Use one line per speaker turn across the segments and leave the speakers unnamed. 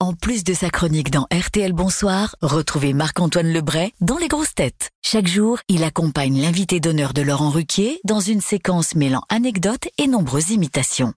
En plus de sa chronique dans RTL Bonsoir, retrouvez Marc-Antoine Lebray dans Les Grosses Têtes. Chaque jour, il accompagne l'invité d'honneur de Laurent Ruquier dans une séquence mêlant anecdotes et nombreuses imitations.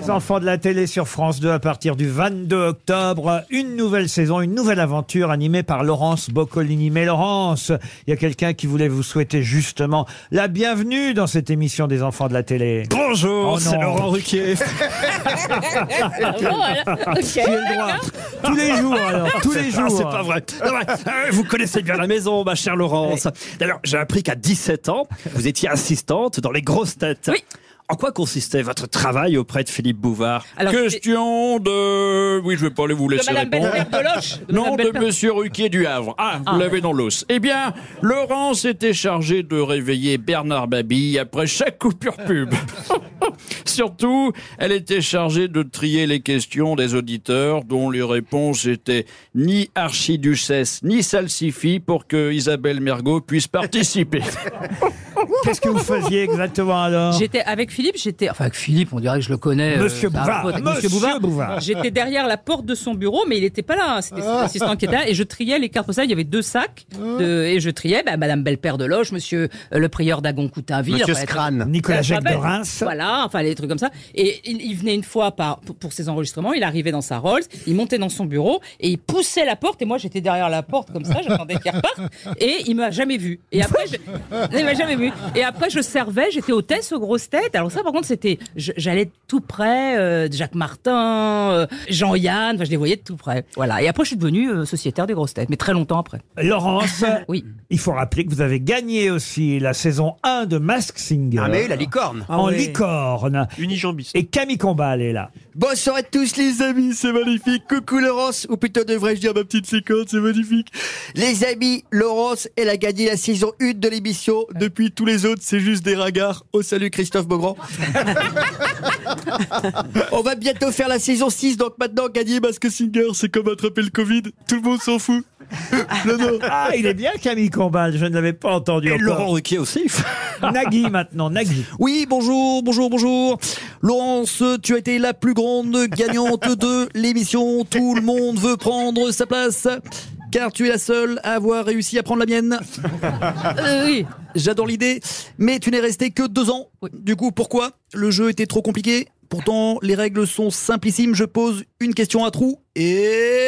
Les enfants de la télé sur France 2 à partir du 22 octobre. Une nouvelle saison, une nouvelle aventure animée par Laurence Boccolini. Mais Laurence, il y a quelqu'un qui voulait vous souhaiter justement la bienvenue dans cette émission des enfants de la télé.
Bonjour,
Oh
c'est
non.
Laurent Ruquier.
Ah
Qui est le droit Tous les jours, alors, tous les
Ah,
jours.
c'est pas vrai. Non, ouais. Euh, Vous connaissez bien la maison, ma chère Laurence. D'ailleurs, j'ai appris qu'à 17 ans, vous étiez assistante dans les grosses têtes.
Oui.
En quoi consistait votre travail auprès de Philippe Bouvard
Alors,
Question de. Oui, je vais pas aller vous
de
laisser
Madame
répondre.
Belle-Mère de Loche. De
Non,
Madame
de
Belle-Mère.
Monsieur Ruquier du Havre. Ah, vous l'avez dans l'os. Eh bien, Laurent s'était chargé de réveiller Bernard Babille après chaque coupure pub. Surtout, elle était chargée de trier les questions des auditeurs dont les réponses étaient ni archiduchesse ni salsifis pour que Isabelle Mergot puisse participer.
Qu'est-ce que vous faisiez exactement alors
J'étais avec Philippe, j'étais enfin,
Enfin, avec Philippe, on dirait que je le connais. euh,
Monsieur
c'est un
Bouvard.
pote avec Monsieur Bouvard.
j'étais derrière la porte de son bureau, mais il n'était pas là. hein. C'était son assistant qui était là. Et je triais les cartes postales. Il y avait deux sacs. de- et je triais bah, Madame Belle-Père de Loche, Monsieur euh, le prieur d'Agon-Coutainville.
Monsieur
enfin,
Scran.
Nicolas
Ah,
Jacques de
ben,
Reims.
Voilà, enfin les trucs comme ça. Et il, il venait une fois par, pour, pour ses enregistrements, il arrivait dans sa Rolls, il montait dans son bureau et il poussait la porte. Et moi j'étais derrière la porte comme ça, j'attendais qu'il reparte. Et il m'a jamais vu. Et après, je, il m'a jamais vu. Et après, je servais, j'étais hôtesse aux grosses têtes. Alors ça, par contre, c'était, je- j'allais tout près, euh, de Jacques Martin, euh, Jean-Yann, enfin je les voyais de tout près. Voilà. Et après, je suis devenue euh, sociétaire des grosses têtes, mais très longtemps après.
Laurence,
Oui.
il faut rappeler que vous avez gagné aussi la saison 1 de Mask Singer.
Ah mais la licorne.
en licorne. Et Camille Combal est là.
Bonsoir à tous les amis, c'est magnifique. Coucou Laurence, ou plutôt devrais-je dire ma petite séquence, c'est magnifique. Les amis, Laurence, elle a gagné la saison 1 de l'émission. Depuis tous les autres, c'est juste des ragards. Au salut Christophe Beaugrand. On va bientôt faire la saison 6, donc maintenant gagner Mask Singer, c'est comme attraper le Covid. Tout le monde s'en fout. Non, non.
Ah, il est bien Camille Combal, je ne l'avais pas entendu
Et
encore.
Laurent Ruquier aussi.
Nagui maintenant, Nagui.
Oui, bonjour, bonjour, bonjour. Laurence, tu as été la plus grande gagnante de l'émission. Tout le monde veut prendre sa place. Car tu es la seule à avoir réussi à prendre la mienne.
Euh, oui.
J'adore l'idée. Mais tu n'es resté que deux ans. Du coup, pourquoi Le jeu était trop compliqué. Pourtant, les règles sont simplissimes. Je pose une question à trou. Et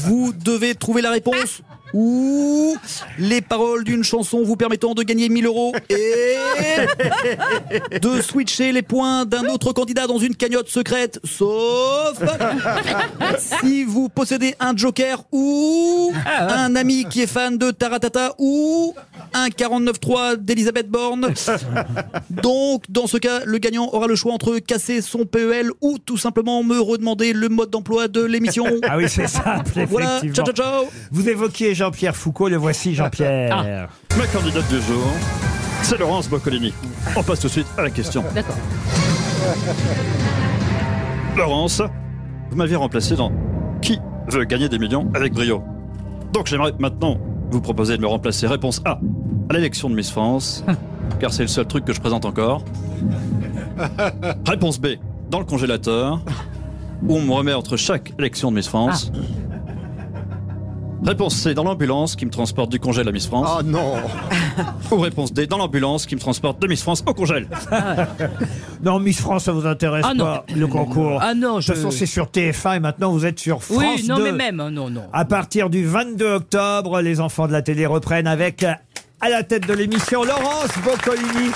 vous devez trouver la réponse. Ou les paroles d'une chanson vous permettant de gagner 1000 euros. Et de switcher les points d'un autre candidat dans une cagnotte secrète, sauf si vous possédez un joker ou un ami qui est fan de Taratata ou un 49.3 d'Elisabeth Borne. Donc, dans ce cas, le gagnant aura le choix entre casser son PEL ou tout simplement me redemander le mode d'emploi de l'émission.
Ah oui, c'est simple,
Voilà, ciao
effectivement.
ciao ciao
Vous évoquiez Jean-Pierre Foucault, le
Ah.
voici Jean-Pierre.
Ma candidate du jour, c'est Laurence Boccolini. On passe tout de suite à la question.
D'accord.
Laurence, vous m'avez remplacé dans Qui veut gagner des millions avec brio Donc j'aimerais maintenant vous proposer de me remplacer. Réponse A, à l'élection de Miss France, car c'est le seul truc que je présente encore. Réponse B, dans le congélateur, où on me remet entre chaque élection de Miss France. Réponse C, dans l'ambulance qui me transporte du congèle à Miss France.
Oh non
Ou réponse D, dans l'ambulance qui me transporte de Miss France au congèle.
Non, Miss France, ça vous intéresse
Ah non.
pas, le concours.
Ah non,
De toute façon, c'est sur TF1 et maintenant vous êtes sur France
Oui, non
2.
mais même, hein, non non.
À partir du 22 octobre, les enfants de la télé reprennent avec euh, à la tête de l'émission Laurence Boccolini.